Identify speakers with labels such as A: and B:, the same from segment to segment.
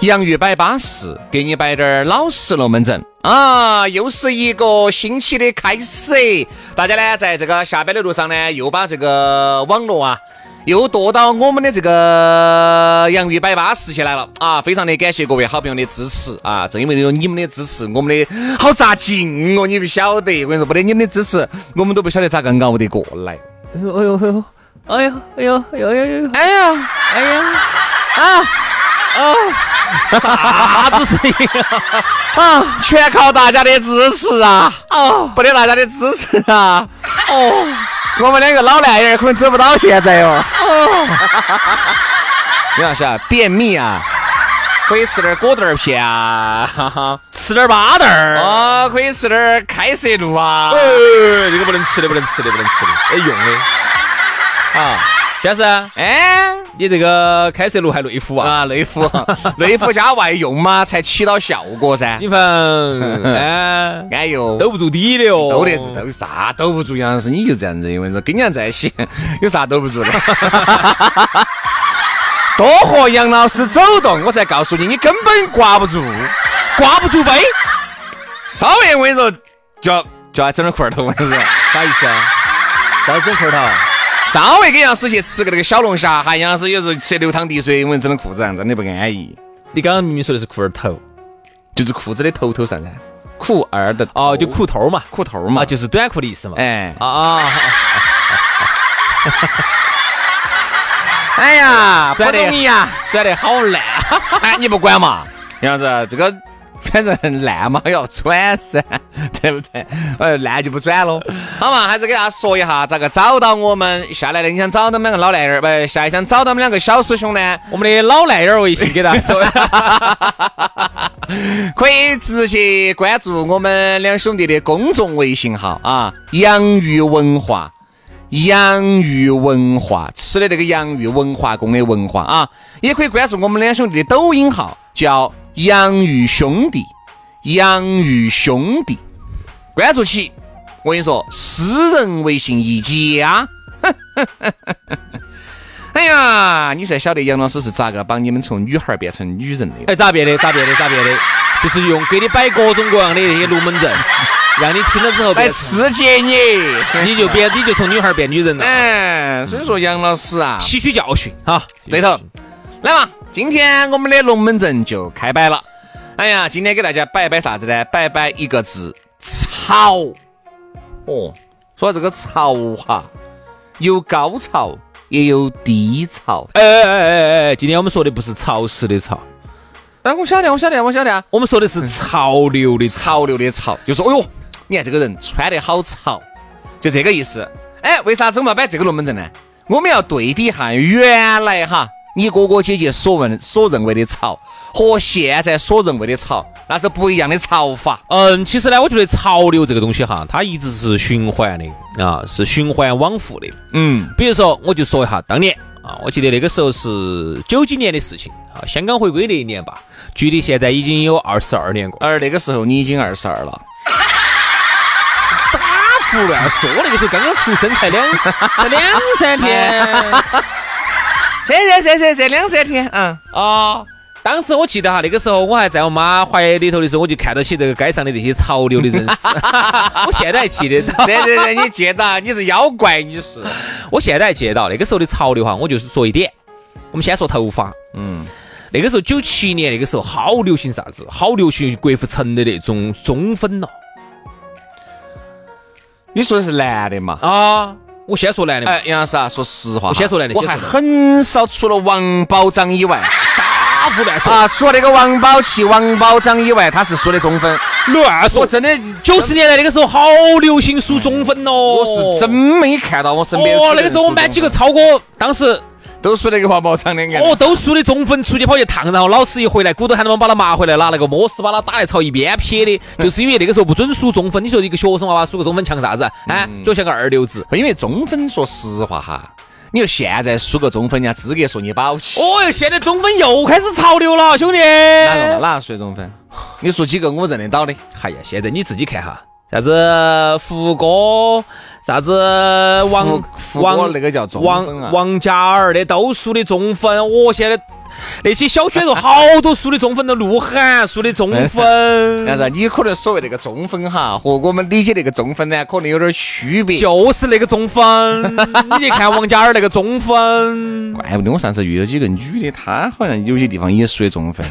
A: 洋芋摆巴适，给你摆点儿老实龙门阵啊！又是一个星期的开始，大家呢在这个下班的路上呢，又把这个网络啊，又剁到我们的这个洋芋摆巴适去来了啊！非常的感谢各位好朋友的支持啊！正因为有你们的支持，我们的好扎劲哦，你不晓得，我跟你说，没得你们的支持，我们都不晓得咋个熬得过来。
B: 哎呦哎呦哎呦！哎呦哎呦哎呦哎呦！
A: 哎呀，
B: 哎呀，
A: 啊！
B: 啥子声音？
A: 啊，全靠大家的支持啊！哦，不得大家的支持啊！哦，我们两个老男人可能走不到现在哦。哦， 你老师啊，便秘啊，可以吃点果断儿片啊， 哈哈，
C: 吃点巴豆儿
A: 哦，可以吃点开塞露啊。
C: 呃，这个不能吃的，不能吃的，不能吃的，哎，用的。啊，先生，
A: 哎，
C: 你这个开塞露还内服啊？
A: 啊，内 服，内服加外用嘛，才起到效果噻。
C: 金 凤，哎，
A: 哎呦，
C: 兜不住底的哦，
A: 兜得住，兜啥兜不住？杨老师，你就这样子，因为说跟人家在一起，有啥兜不住的？ 多和杨老师走动，我才告诉你，你根本挂不住，挂不住杯。稍微我跟你说，就要就要整点块头，我跟你说，
C: 啥意思啊？啥整块头？
A: 稍微跟杨老师去吃个那个小龙虾，哈，杨老师有时候吃流汤滴水，我们整的裤子上真的不安逸，
C: 你刚刚明明说的是裤儿头
A: 就是裤子的头头上噻，裤儿的
C: 哦，就裤头嘛，
A: 裤头
C: 啊，
A: 嘛，
C: 就是短裤的意思嘛。
A: 哎
C: 啊啊，
A: 哎 呀，不
C: 转得
A: 容易呀。
C: 转得好烂。
A: 哎，你不管嘛，杨老师，这 个反正烂嘛要转噻， 对不对？呃，烂就不转喽。好嘛，还是给大家说一下咋个找到我们。下来呢，你想找到我们两个老男人儿，不，下来想找到我们两个小师兄呢，
C: 我们的老男人微信给大家说，
A: 可以直接关注我们两兄弟的公众微信号啊，洋芋文化。洋芋文化，吃的那个洋芋文化宫的文化啊，也可以关注我们两兄弟的抖音号，叫洋芋兄弟，洋芋兄弟，关注起。我跟你说，私人微信一加， 哎呀，你才晓得杨老师是咋个把你们从女孩儿变成女人的。
C: 哎，咋变的？咋变的？咋变的？就是用给你摆各种各样的那些龙门阵，让你听了之后
A: 来
C: 变成，
A: 刺激你。
C: 哎你就变，你就从女孩变女人了， 啊
A: 哎，所以说杨老师啊，
C: 吸取教训哈。
A: 对头，来嘛，今天我们的龙门阵就开摆了。哎呀，今天给大家摆一摆啥子呢？摆一摆一个字，潮。哦，说这个潮哈，有高潮也有低潮。
C: 哎哎哎哎哎，今天我们说的不是潮湿的潮，
A: 哎，我晓得，我晓得，我晓得啊。
C: 我们说的是潮流的潮。
A: 潮流的潮，就说，哎呦，你看这个人穿得好潮，就这个意思。哎，为啥子我们要摆这个龙门阵呢？我们要对比一下原来哈，你哥哥姐姐所问所认为的潮，和现在所认为的潮，那是不一样的潮法。
C: 嗯，其实呢，我觉得潮流这个东西哈，它一直是循环的啊，是循环往复的。
A: 嗯，
C: 比如说，我就说一下当年啊，我记得那个时候是九几年的事情啊，香港回归那一年吧，距离现在已经有二十二年过。
A: 而那个时候你已经二十二了，
C: 胡乱说，那个时候刚刚出生才 两才两三天
A: 这这这这这两三天，嗯，
C: 啊。当时我记得哈，那个时候我还在我妈怀里头的时候，我就看到起这个街上的那些潮流的人 士，我现在还记得到，
A: 对对对，你见到你是妖怪，你是，
C: 我现在还记得到那个时候的潮流哈，我就是说一点，我们先说头发，嗯，那个时候九七年那个时候好流行啥子，好流行郭富城的那种中分了
A: 你说的是男的嘛？
C: 啊，我先说男的嘛，
A: 哎，杨老师啊，说实话哈，
C: 我先说男的
A: 我
C: 先
A: 还
C: 说男的
A: 很少除了王宝章以外，
C: 大胡乱说，
A: 啊，除了那个王宝器、王宝章以外，他是输的中分。
C: 乱说，真的，九十年代那个时候好流行数中分哦，
A: 我是真没看到我身边有
C: 哦，
A: 几
C: 那个时候我们班几个超哥当时
A: 都输那个王宝章的，
C: 哦都输的中分，出去跑去烫，然后老师一回来，鼓捣喊他们把他拿回来，拿那个摩丝把他打得朝一边撇的，就是因为那个时候不准数中分。你说一个学生娃娃数个中分强啥子？哎，就像个二流子。
A: 因为中分，说实话哈，你说现在输个中分，人家资格说你保起。
C: 哦哟，现在中分又开始潮流了，兄弟。
A: 哪个嘛？哪个输的中分？你说几个我认得到的？
C: 哎呀，现在你自己看哈，啥子胡歌，啥子王
A: 胡胡歌
C: 王
A: 那个叫中分啊
C: 王王嘉尔的都输的中分，我现在那些小选手好多输的中分的鹿晗输的中
A: 但
C: 分，
A: 是你可能所谓那个中分哈，和我们理解那个中分呢，可能有点区别。
C: 就是那个中分，你去看王嘉尔那个中分，
A: 怪不得我上次遇到几个女的，她好像有些地方也属于中 分。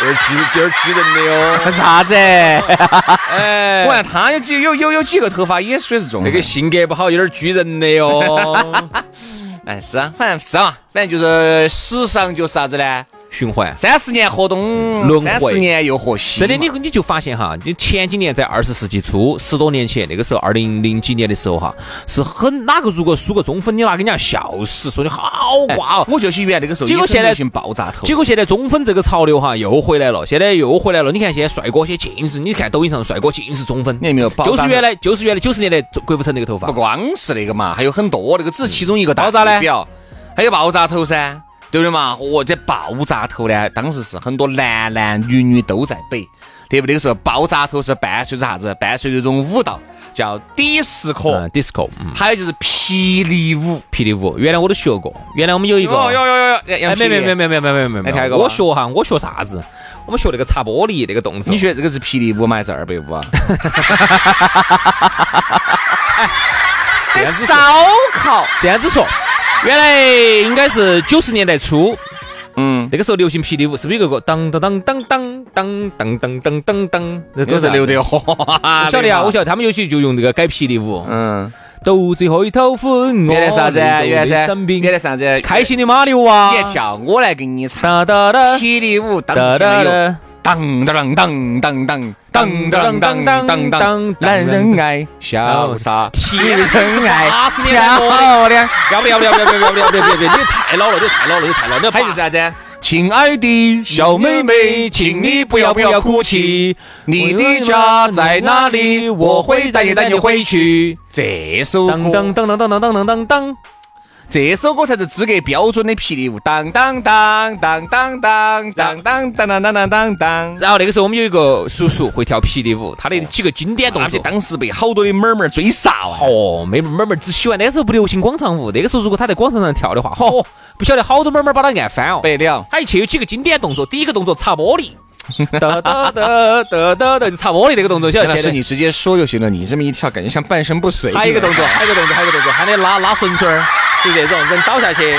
C: 有点拘有点拘人的哟。
A: 啥子？
C: 哎，
A: 我看她有几有有有几个头发也属于是中
C: 那
A: 分。
C: 个性格不好，有点拘人的哟。
A: 哎是啊，反正是啊，反正就是时尚就是啥子呢？
C: 循环。
A: 三十年河东，
C: 轮回
A: 三十年又河西嘛。
C: 真的，你你就发现哈，你前几年在二十世纪初，十多年前那个时候，二零零几年的时候哈，是很哪个如果输个中分，你拿给人家笑死，说你好瓜哦。
A: 我就是原来那个时候，
C: 结果现在
A: 爆炸头，
C: 结果现在中分这个潮流哈又回来了，现在又回来了。你看现在帅哥些尽是，你看抖音上帅哥尽是中分，
A: 你看没有
C: 就
A: 爆炸
C: 是
A: 头
C: 原来就是原来九十年代郭富城那个头发
A: 不，光是那个嘛，还有很多那个只是其中一个大
C: 嗯爆炸呢
A: 代表，还有爆炸头噻，对不对嘛？哦，这爆炸头呢，当时是很多男男女女都在背。对不对？那个时候爆炸头是伴随着啥子？伴随着一种舞蹈叫迪斯科
C: 嗯，，disco，嗯，
A: 还有就是霹雳舞。
C: 霹雳舞，原来我都学过，原来我们有一个，
A: 哦，有有有有，哎
C: 哎，没没没，没没没没没
A: 来跳
C: 没，
A: 一个
C: 我
A: 吧
C: 学哈，我学啥子？我们学那个擦玻璃那个动作。
A: 你觉得这个是霹雳舞吗？还是二百 舞啊？哎，烧烤，
C: 这样子说，原来应该是九十年代初，
A: 嗯，
C: 那个时候流行霹雳舞，是不是有个个当当当当当当当当当当当？那
A: 都
C: 个
A: 是
C: 啥
A: 刘德华，
C: 我晓得啊，我晓得他们有些就用这个改霹雳舞。
A: 嗯，
C: 斗最后一头粉，
A: 原来啥子？原来啥
C: 生
A: 子？
C: 病
A: 原，来啥子？
C: 开心的马六啊！
A: 你跳，我来给你唱。
C: 哒哒哒
A: 霹雳舞，当
C: 哒
A: 时
C: 哒
A: 有
C: 哒，
A: 当当当当当当当当当当当，男人爱潇洒，女人爱
C: 八十年代末，
A: 漂亮。
C: 要不要不要不要不要不要不要不要！你太老了，你太老了，你太老了，你要
A: 还有
C: 八
A: 啥子？亲爱的小妹妹，请你不要不要哭泣，你的家在哪里？我会带你带你回去。这首
C: 当当
A: 歌，
C: 当当当当当当当。
A: 这首歌才是资格标准的霹雳舞。当当当当当当当当当当当当当。
C: 然后那个时候我们有一个叔叔会跳霹雳舞，他的几个经典动
A: 而且
C: 作。
A: 当时被好多的妹儿妹儿追杀哦。
C: 哦，妹妹妹儿只喜欢那个时候不流行广场舞，那个时候如果他在广场上跳的话，嚯、不晓得好多妹儿妹儿把他按翻哦。
A: 白了，
C: 他一去有几个经典动作，第一个动作擦玻璃， 哒哒哒哒哒哒，就擦玻璃那个 动作，晓
A: 原
C: 得
A: 来是
C: 现在
A: 你直接说就行了，你这么一跳，感觉像半身不遂。
C: 还有一个动作，
A: 哎
C: 还有一个动作，还有一个动作，喊你拉拉绳圈儿，就这种人倒下去。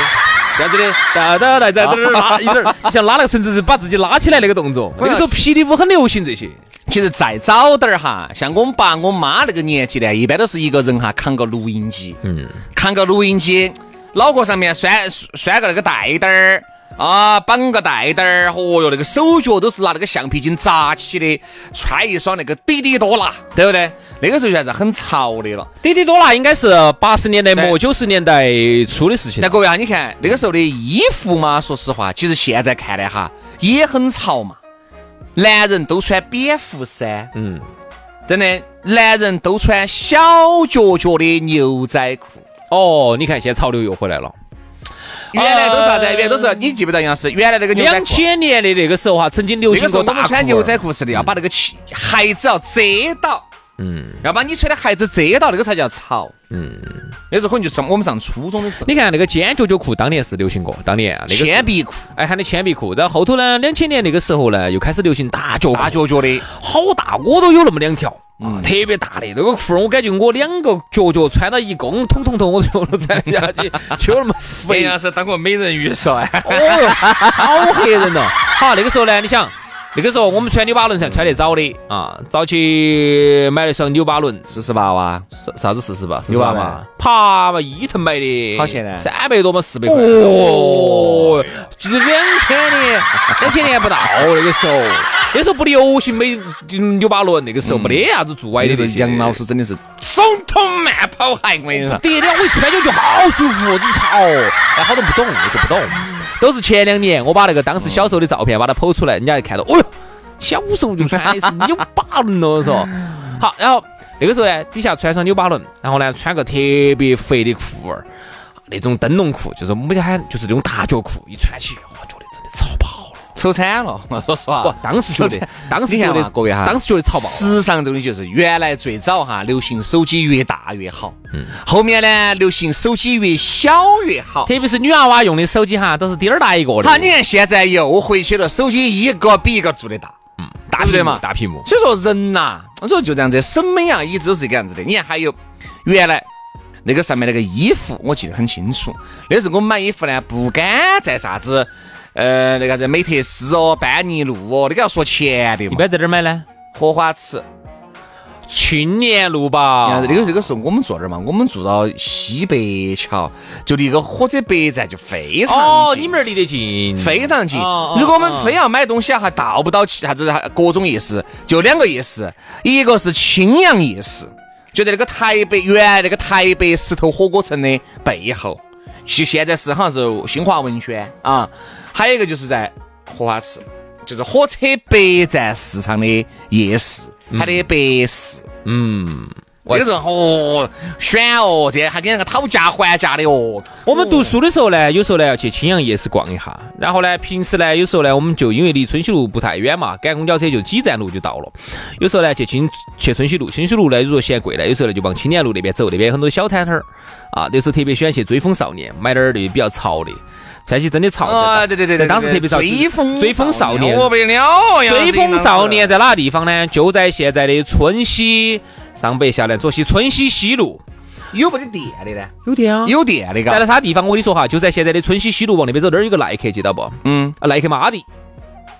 C: 这样子的，哒哒哒哒哒哒拉，
A: 啊
C: 有点儿就像拉那个绳子是把自己拉起来那个动作。那个时候霹雳舞很流行这些，
A: 其实再早点儿哈，像我们爸我妈那个年纪呢，一般都是一个人哈扛个录音机，嗯，扛个录音机，脑壳上面拴拴个那个带带儿。啊，绑个带带儿，哦哟，那个手脚都是拿那个橡皮筋扎起的，穿一双那个滴滴多啦，对不对？那个时候还是很潮的了。
C: 滴滴多啦应该是八十年代末九十年代初的事情了
A: 那。各位啊，你看那个时候的衣服嘛，说实话，其实现在看来哈也很潮嘛。男人都穿蝙蝠衫，嗯，真的，男人都穿小脚脚的牛仔裤。
C: 哦，你看现在潮流又回来了。
A: 原来都是啥子？
C: 呃
A: 原来都是你记不到杨老师，原来那个牛仔
C: 两
A: 裤，
C: 千年的那个时候哈、啊曾经流
A: 那个
C: 行
A: 时候
C: 过大
A: 我们
C: 裤。
A: 穿牛仔裤是啊的，要把那个气鞋子要遮到，嗯，要把你穿的鞋子遮到，那个才叫潮，嗯。那时候可能就上我们上初中的时候，
C: 你看那个尖脚脚裤当年是流行过，当年啊那个
A: 铅笔裤，
C: 哎喊的铅笔裤，然后后头呢，两千年那个时候呢又开始流行大脚裤，
A: 大脚脚的。嗯
C: 好大，我都有那么两条。啊，特别大的那个裤儿，我感觉我两个脚脚穿到一公，捅捅捅，我就都穿得下去，就那么
A: 哎
C: 肥。
A: 是当过美人鱼是吧？
C: 哦哟，好吓人哦！好，那个时候呢，你想那个时候我们穿纽巴伦才穿得早的啊，早去买了一双纽巴伦，
A: 四十八哇，
C: 啥啥子四十八，
A: 纽巴
C: 嘛
A: 嘛，
C: 啪嘛，伊藤买的，
A: 好些呢
C: 三百多嘛，四百块，哦，就是两千年， 两千年不到那个时候，那时候不流行美嗯纽巴伦，那个时候没得啥子做歪的
A: 那
C: 这
A: 个
C: 些，
A: 杨老师真的是总统慢跑鞋，我跟你说。
C: 得了，我一穿就就好舒服，只是潮。哎，好多不懂，我是不懂，都是前两年我把那个当时小时候的照片把它剖出来，人家一看到，哦哟，小时候就穿的是纽巴伦了，我 说。好，然后那个时候呢，底下穿上纽巴伦，然后呢穿个特别肥的裤儿，那种灯笼裤，就是我们喊就是那种大脚裤，一穿起，哇，觉得真的潮爆了。
A: 丑惨了，我说实
C: 哇
A: 话，，
C: 啊当时觉得，当时啊
A: 你
C: 觉
A: 看
C: 得
A: 嘛，各位哈，
C: 当时觉得潮爆了。
A: 时尚这东西就是原来最早哈，流行手机越大越好，嗯，后面呢，流行手机越小越好。
C: 特别是女娃娃用的手机哈，都是滴儿大一个的。
A: 好，你看现在又回去了，手机一个比一个做的大，嗯，大不对嘛？
C: 大屏幕。
A: 所以说人呐、我说就这样子，审美啊一直都是这个样子的。你看还有原来那个上面那个衣服，我记得很清楚。那时候我们买衣服呢，不敢在啥子呃那个啥子美特斯哦、班尼路哦，那个要说钱的
C: 一
A: 嘛。
C: 般在哪儿买呢？
A: 荷花池，
C: 青年路吧
A: 那，个那个时候我们啊坐这儿嘛，我们住到西北桥，就离个火车北站就非常
C: 哦，
A: 近
C: 你们那儿离得近，
A: 非常近
C: 哦哦。
A: 如果我们
C: 哦
A: 非要买东西啊，还到不到其啥子各种夜市，就两个夜市，一个是青阳夜市，就在那个台北原来那个台北石头火锅城的背后，其现在是好像是新华文轩啊，还有一个就是在荷花池，就是火车北站市场的夜市，它的北市。
C: 嗯，
A: 那个时候哦，选哦，这还跟那个讨价还价的哦。
C: 我们读书的时候呢，有时候呢要去青阳夜市逛一下，然后呢，平时呢，有时候呢，我们就因为离春熙路不太远嘛，赶公交车就几站路就到了。有时候呢，去青去春熙路，春熙路呢，如果嫌贵呢，有时候呢就往青年路那边走，那边有很多小摊摊儿啊。那时候特别喜欢去追风少年，买点儿那比较潮的，穿起真的潮。
A: 啊，对对对对，
C: 在当时特别潮。
A: 追风
C: 追风少年，
A: 我不得 了呀！
C: 追风
A: 这个
C: 少
A: 当时
C: 年在哪个地方呢？就在现在的春熙上北下南左西春熙西路，
A: 有没得电的呢？
C: 有点啊。
A: 有电的
C: 在
A: 嘎。
C: 了他地方，我跟你说哈，就在现在的春熙西路往那边走，那儿有个耐克，记到不？啊，
A: 嗯
C: 耐克马的，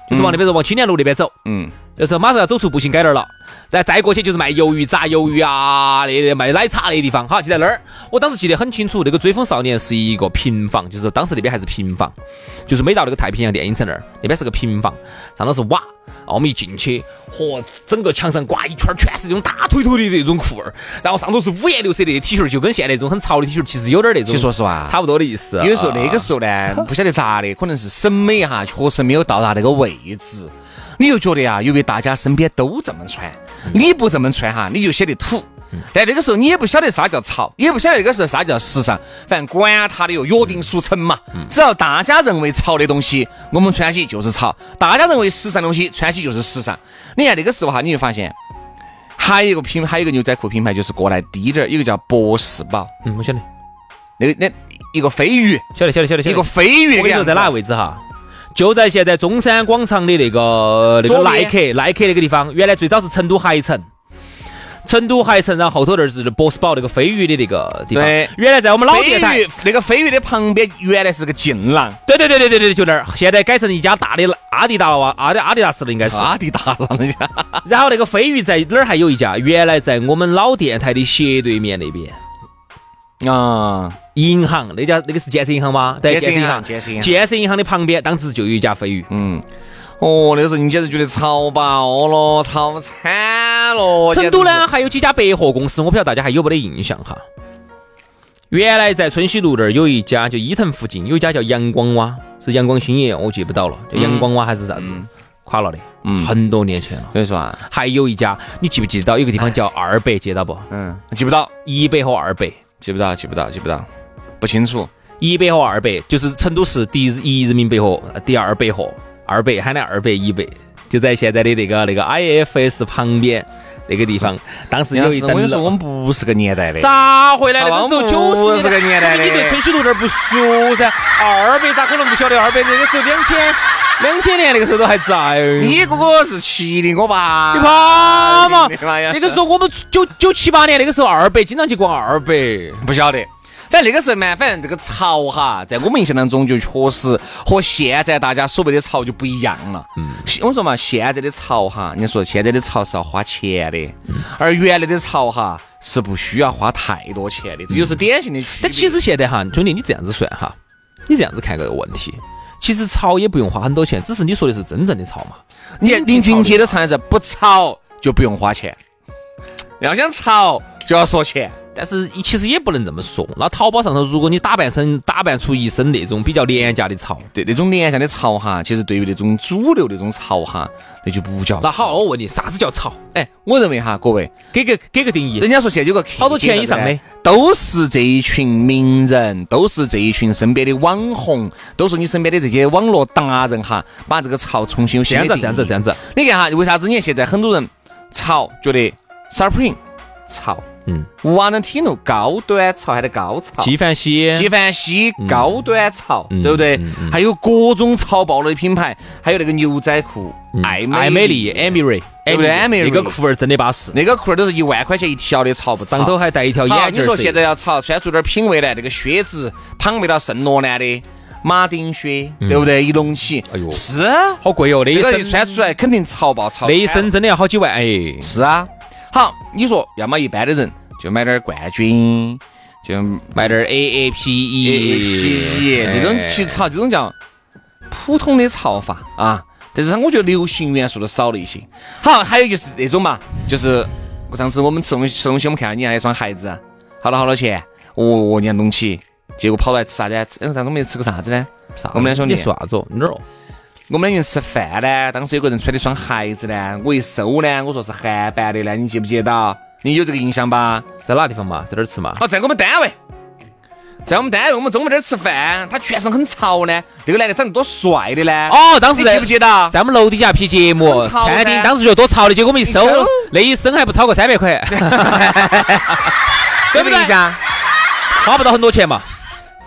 C: 就是往那边走，往青年路那边走。
A: 嗯，
C: 那时候马上要走出步行街那儿了，再再过去就是卖鱿鱼、炸鱿鱼啊，那那卖奶茶那地方，哈，就在那儿。我当时记得很清楚，那个追风少年是一个平房，就是当时那边还是平房，就是没到那个太平洋电影城那儿，那边是个平房，上头是瓦。啊，我们一进去，嚯，整个墙上挂一圈儿全是那种大腿腿的那种裤儿，然后上头是五颜六色的 T 恤，就跟现在那种很潮的 T 恤其实有点儿那种，
A: 其实说实话啊
C: 差不多的意思。
A: 有时候那
C: 啊
A: 个时候呢，不晓得咋的，可能是审美哈，确实没有到达那个位置。你就觉得啊，由于大家身边都这么穿，你不这么穿哈，你就显得土。但那个时候你也不晓得啥叫潮，也不晓得那个时候啥叫时尚，反正管他的哟，约定俗成嘛。只要大家认为潮的东西，我们穿起就是潮；大家认为时尚的东西，穿起就是时尚。你看那个时候哈，你就发现还有一个品，还有一个牛仔裤品牌就是过来低点儿，有个叫博士宝，
C: 嗯，我晓得，
A: 那那一个飞鱼，
C: 晓得，晓得，晓得，晓得
A: 一个飞
C: 我跟
A: 跃的
C: 你说
A: 样子
C: 在哪个位置哈？就在现在中山广场的那个那个
A: 左
C: 耐
A: 边
C: 克耐克那个地方，原来最早是成都海城。成都海城，然后后头那儿是博士堡那个飞鱼的那个地方。
A: 对
C: 原来在我们老
A: 飞
C: 电台，
A: 鱼那个飞鱼的旁边原来是个锦囊，
C: 对对对对对对，就那儿。现在改成一家大的阿迪达了哇，阿迪阿迪达斯了应该是。
A: 阿迪达斯人家，
C: 然后那个飞鱼在哪儿还有一家？原来在我们老电台的斜对面那边，
A: 啊，
C: 银行那家那个是建设银行吗？对，建
A: 建设
C: 设
A: 银
C: 银
A: 行
C: 行，
A: 建设银行
C: 建设银行的旁边，当时就有一家飞鱼。
A: 嗯。哦，那个时候你简直觉得潮爆了，潮惨了。
C: 成都呢
A: 哦简直是？
C: 还有几家百货公司，我不晓得大家还有没得印象哈。原来在春熙路那儿有一家，就伊藤附近有一家叫阳光蛙，是阳光兴业，我记不到了，叫阳光蛙还是啥子，垮了的，
A: 嗯
C: 很多年前了。
A: 所以说啊，
C: 还有一家，你记不记得到有个地方叫二北，记得不？
A: 嗯，记不到，
C: 一北和二北，
A: 记不到，记不到，记不到，不清楚。
C: 一北和二北就是成都市第一人民百货，呃第二百货，二北喊的二北一北，就在现在的那个那个 IFS 旁边那个地方，当时有一
A: 我跟
C: 栋
A: 你说，
C: 楼
A: 我。们不是个年代的。
C: 咋回来的？那
A: 好吧
C: 时候
A: 我们
C: 九
A: 不
C: 十
A: 是个年代的
C: 所以你对春熙路那儿不熟噻。二百咋可能不晓得？二百那个时候两千两千年那个时候都还哎在。你
A: 你哥哥是七零，我八。
C: 哎怕嘛？
A: 哎呀
C: 那个时候我们九九七八年那个时候二百经常去逛二百，
A: 不晓得。反正那个时候呢，反正这个潮哈，在我们印象当中就确实和现在大家所谓的潮就不一样了。嗯，我说嘛，现在的潮哈，你说现在的潮是要花钱的，而原来的潮哈是不需要花太多钱的，这就是典型的区别。
C: 但其实现在哈，兄弟，你这样子算哈，你这样子看个问题，其实炒也不用花很多钱，只是你说的是真正的炒嘛。
A: 你看林俊杰的唱的是不潮就不用花钱，要想潮就要说钱。
C: 但是其实也不能这么说。那淘宝上头，如果你打扮成打扮出一身那种比较廉价的潮，
A: 对那种廉价的潮哈，其实对于那种主流那种潮哈，那就不叫潮。
C: 那好，我问你，啥子叫潮？
A: 哎，我认为哈，各位
C: 给个给个定义。
A: 人家说现在有个
C: 好多钱以上的，
A: 都是这一群名人，都是这一群身边的网红，都是你身边的这些网络达人哈，把这个潮重新有
C: 这
A: 新
C: 样
A: 的
C: 子，
A: 定
C: 这
A: 义
C: 样子，这样子。
A: 你看哈，为啥子你看现在很多人潮觉得 Supreme 潮，
C: 嗯，
A: Valentino 高端潮还得高潮，
C: 纪梵希，
A: 纪梵希高端潮，
C: 嗯
A: 对不对？
C: 嗯
A: 还有各种潮爆了的品牌，还有那个牛仔裤，爱
C: 艾
A: 美
C: 嗯美丽，艾米瑞，
A: 对不对艾米瑞
C: 那个裤儿真的巴适，
A: 那个裤儿都是一万块钱一条的，潮不潮？
C: 上头还带一条
A: 好，
C: 眼
A: 你
C: 镜儿
A: 说
C: 色。
A: 现在要潮，穿出点品味来，这个靴子媲美到圣罗兰的马丁靴，对不对？一隆起，
C: 哎呦
A: 是啊
C: 好贵哦，那一
A: 这个一
C: 身
A: 穿出来肯定潮爆潮
C: 那
A: 穿了。
C: 一身真的要好几万哎。
A: 是啊，好，你说要么一般的人就买点儿冠军，就
C: 买点 A A P E，
A: 这种其实潮，这种叫普通的潮法啊。但是它我觉得流行元素都少了一些。好，还有就是那种嘛，就是我上次我们吃东西吃东西，我们看到你那一双鞋子，啊好多好多钱，哦，你看东西，结果跑来吃啥子啊？吃哎，上次我们又吃过啥子呢？我们两兄弟
C: 你说啥子哦？哪儿哦？
A: 我们两个人吃饭呢，当时有个人穿的双鞋子呢，我一搜呢，我说是韩版的呢，你记不记得到？你有这个印象吧？
C: 在哪个地方嘛？在哪儿吃嘛？
A: 哦，在我们单位，在我们单位，我们中午在这儿吃饭，他全身很潮呢。那个男的长得多帅的呢！
C: 哦，当时
A: 你记不记得？
C: 在我们楼底下批节目，
A: 很潮噻
C: 餐厅当时觉得多潮的，结果我们一搜
A: 一搜，
C: 那一身还不超过三百块，
A: 有没有印象？
C: 花不到很多钱嘛。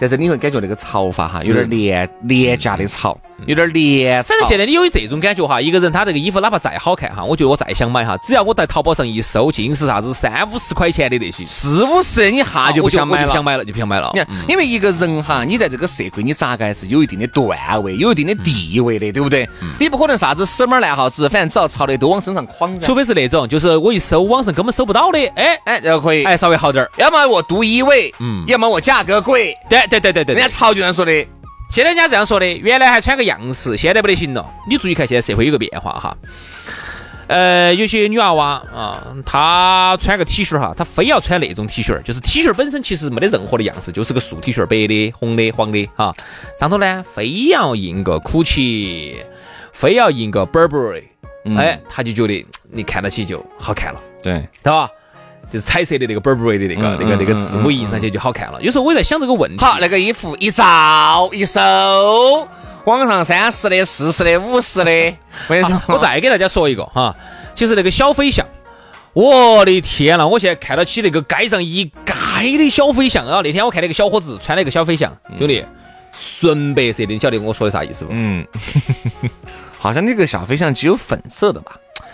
A: 但是你会感觉那个潮法哈，有点廉廉价的潮，有点廉潮。
C: 反正现在你有这种感觉哈，一个人他这个衣服哪怕再好看哈，我觉得我再想买哈，只要我在淘宝上一搜，尽是啥子三五十块钱的那些，
A: 四五十，你一下啊就不想
C: 我
A: 买
C: 就不
A: 了哦嗯
C: 想。买了，就不想买了
A: 你。看，因为一个人哈，你在这个社会，你咋个还是有一定的段位，有一定的地位的，对不对？你不可能啥子死猫烂耗子，反正只要潮的都往身上框噻
C: 除。非是那种，就是我一搜网上根本搜不到的，哎
A: 哎，这个可以。
C: 哎，稍微好点儿。
A: 要么我独一位，嗯，要么我价格贵。
C: 对对对对对，
A: 人家潮就这样说的，
C: 现在人家这样说的，原来还穿个样式，现在不得行了。你注意看，现在社会有个变化哈。呃，有些女娃娃啊，她穿个 T 恤哈，她非要穿那种 T 恤，就是 T 恤本身其实没得任何的样式，就是个素 T 恤，白的、红的、黄的哈。上头呢，非要印个 GUCCI，非要印个 Burberry，、哎，她就觉得你看到起就好看了。
A: 嗯对，嗯
C: 对吧？就是彩色的那个 Burberry 的那个、那个、那个字母印上去就好看了。有时候我也在想这个问题。
A: 好，那个衣服一照一搜，网上三十的、四十的、五十的，我跟你说
C: 啊， 我再给大家说一个哈，就是那个小飞象。我的天呐！我现在看到起那个街上一街的小飞象。然后那天我看那个小伙子穿了一个小飞象，兄弟，纯白色的，你晓得我说的啥意思不？
A: 嗯，好像那个小飞象只有粉色的吧？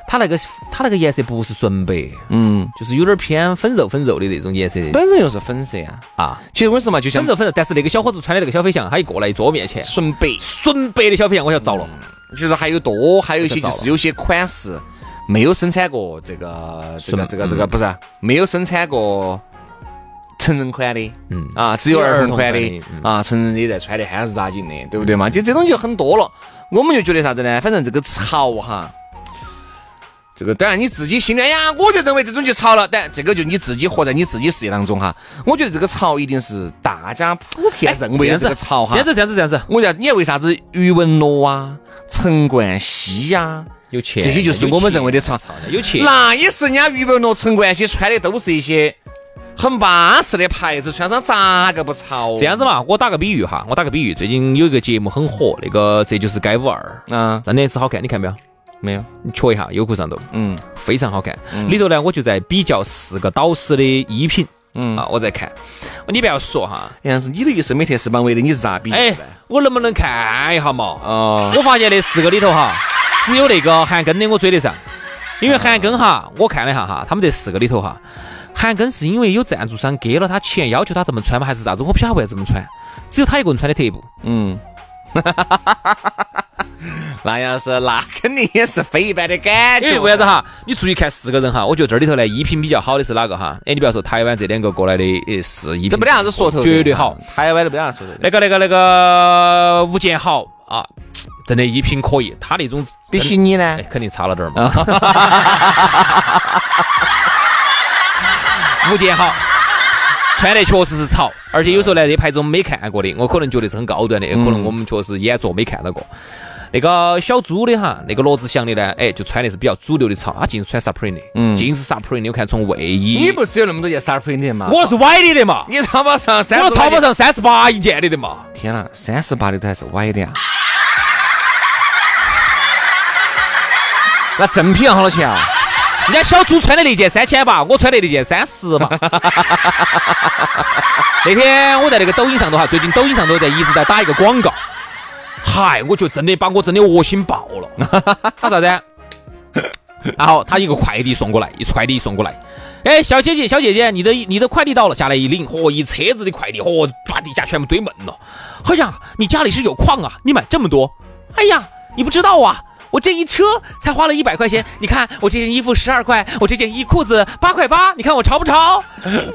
C: 它那个它那个颜色不是纯白，
A: 嗯，
C: 就是有点偏粉肉粉肉的那种颜色
A: 本身又是粉色呀、
C: 啊，
A: 其实我跟你说嘛，就像
C: 粉肉粉肉。但是那个小伙子穿的那个小飞象，他一过来一坐我面前，
A: 纯白，
C: 纯白的小飞象，我要遭了。
A: 嗯就是还有多，还有一些
C: 就
A: 就
C: 糟
A: 是
C: 了
A: 有些款式没有生产过这个这个
C: 么
A: 这个这个不是啊没有生产过成人款的，
C: 嗯
A: 啊，只有儿童款
C: 只有
A: 的
C: 儿童款的嗯
A: 啊，成人的在穿的憨是扎紧的，对不对嘛？就这种就很多了，我们就觉得啥子呢？反正这个潮哈。这个当然你自己心里哎呀，我就认为这种就潮了，但这个就你自己活在你自己世界当中哈。我觉得这个潮一定是大家普遍认为的这个潮哈。
C: 哎这样子这样子这样子，
A: 我讲，你看为啥子余文乐啊、陈冠希呀，
C: 有钱
A: 这些就是我们认为的潮。
C: 有钱。
A: 那也是人家余文乐、陈冠希穿的都是一些很巴适的牌子，穿上咋个不潮？啊
C: 这样子嘛，我打个比喻哈，我打个比喻，最近有一个节目很火，那个这就是街舞二，
A: 啊，
C: 真的是好看，你看没有？
A: 没有，
C: 你瞧一下优酷上头，
A: 嗯
C: 非常好看。里头呢，我就在比较四个导师的衣品
A: 嗯
C: 啊，我在看。你不要说哈，
A: 杨是你的一身美特斯邦威的，你是咋比？
C: 哎，我能不能看一下嘛？
A: 嗯哦，
C: 我发现那四个里头哈，只有那个韩庚的我追得上，因为韩庚哈，我看了一下哈，他们这四个里头哈，韩庚是因为有赞助商给了他钱，要求他这么穿吗？还是啥子？我不晓得为啥这么穿，只有他一个人穿的特步。
A: 嗯，那要是那肯定也是非一般的感
C: 因为
A: 觉。
C: 为啥子哈？你注意看四个人哈，我觉得这里头呢，衣品比较好的是哪个哈？哎，你不要说台湾这两个过来的，呃，是衣品
A: 这没得啥子说头的，
C: 绝对好。
A: 台湾的没得啥说头的，
C: 那个那个那个吴建豪啊，真的衣品可以，他那种
A: 比起你呢
C: 哎，？肯定差了点儿 嘛。吴建豪穿的确实是潮，而且有时候呢，这牌子我们没看过的，我可能觉得是很高端的，可能我们确实眼拙没看到过。那个小猪的哈，那个罗志祥的呢，哎，就穿的是比较主流的潮，他尽是穿 Supreme 的，嗯，尽是 Supreme 的。我看从卫衣，
A: 你不是有那么多件 Supreme 的吗？
C: 我是歪的的嘛，
A: 你淘宝上三
C: 我淘宝，上三十八一件的的嘛，
A: 天呐，三十八的都还是歪的啊！ 那正品要好多钱啊？
C: 人家小猪穿的那件三千吧，我穿的那件三十嘛。 那天我在那个抖音上头哈，最近抖音上头在一直在打一个广告，嗨，我就真的把我真的恶心爆了。 他啥子？然后他一个快递送过来，一快递送过来，哎，小姐姐，小姐姐，你的你的快递到了，下来一领，嚯、一车子的快递，嚯、把底下全部堆满了。哎呀，你家里是有矿啊？你买这么多？哎呀，你不知道啊，我这一车才花了一百块钱。你看我这件衣服十二块，我这件衣裤子八块八，你看我潮不潮？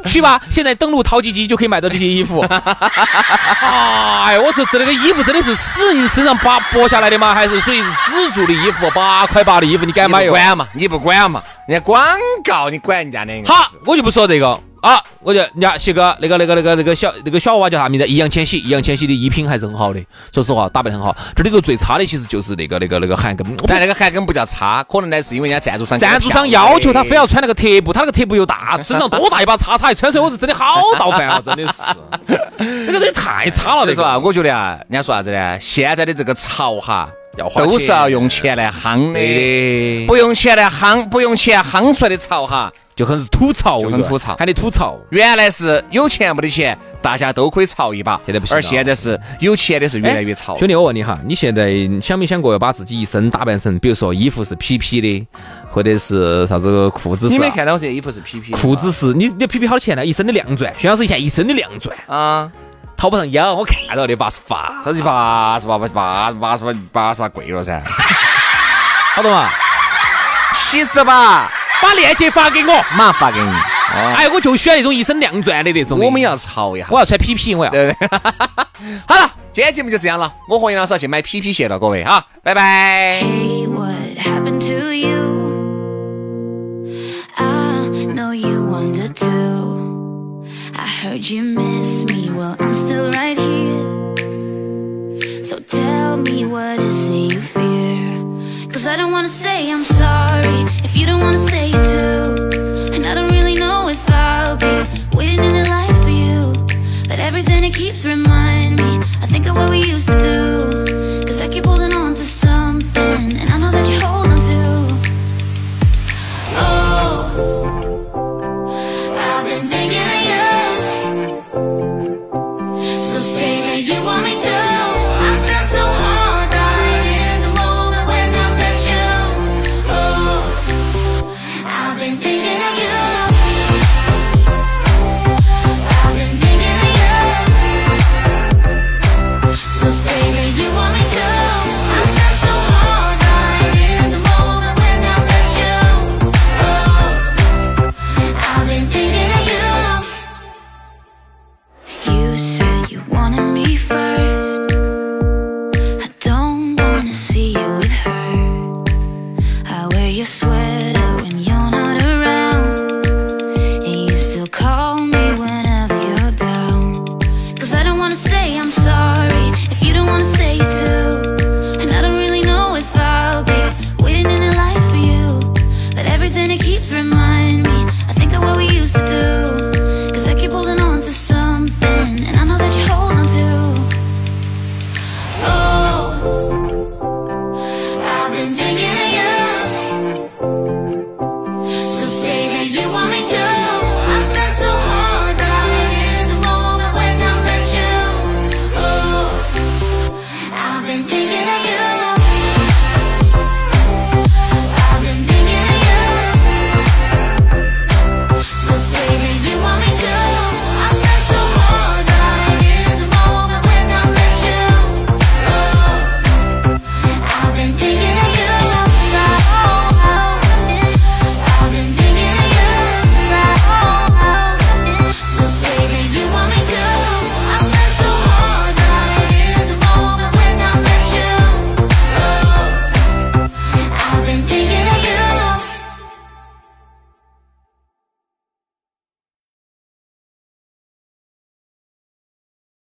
C: 去吧，现在登录淘吉吉就可以买到这些衣服。 哎，我说这那个衣服真的是死人身上扒剥下来的吗？还是属于自助的衣服？八块八的衣服你敢买
A: 你不
C: 哟？
A: 管嘛，你不管嘛，人家广告你管人家的。
C: 好，我就不说这个啊，我就人家写个那个那个那个那个小那个小娃叫啥名字？易烊千玺，易烊千玺的衣品还是很好的，说实话打扮得很好。这里头最差的其实就是那个那个那个韩庚，
A: 但那个还跟不叫差，可能呢是因为人家赞助商给他
C: 赞助商
A: 票的
C: 要求他非要穿那个特步，他那个特步又大，身上多大一把叉叉，穿出来我是真的好倒饭啊，真的是，这个人太差了，
A: 所
C: 这
A: 以说啊，
C: 个。
A: 我觉得啊，人家说啥子呢？现在的这个潮哈，
C: 要花
A: 都是
C: 钱
A: 要用钱来夯的，
C: 对的，
A: 不用钱来夯，不用钱夯出来的潮哈。
C: 就很是吐槽，
A: 就
C: 我
A: 很
C: 跟你说
A: 吐槽
C: 喊你吐槽。
A: 原来是有钱没得钱，大家都可以潮一把，
C: 现在不行了
A: 而现在是有钱的是越来
C: 哎
A: 越潮。
C: 兄弟，我问你哈，你现在想没想过要把自己一身打扮成，比如说衣服是痞痞的，或者是啥子裤子
A: 你
C: 是
A: 没
C: 啊
A: 看到我这衣服是 PP 的吗
C: 裤子是你你皮皮好多钱呢？一身的亮钻，薛老师以前一身的亮钻，
A: 啊，
C: 淘宝上有，我看到的八十八，
A: 这是八十八八八八十八八十八贵了噻，
C: 好多嘛？
A: 七十八，
C: 把链接发给我，
A: 马上发给你。哦，
C: 哎，我就选那种一身亮钻的那种的。
A: 我们要潮一下。
C: 我要穿皮皮，我要。
A: 对不对？好了，今天节目就这样了。我和杨老师要去买 PP 鞋了，各位啊，拜拜。
D: Hey, what happened to you? I know you wonder too. I heard you miss me. Well, I'm still right here. So tell me what is it you fear? Cause I don't wanna say I'm sorry if you don't wanna say it too. And I don't really know if I'll be waiting in the light for you. But everything it keeps remind me, I think of what we used to do. Cause I keep holding on to something, and I know that you hold on to. Oh, I've been thinking. Oh,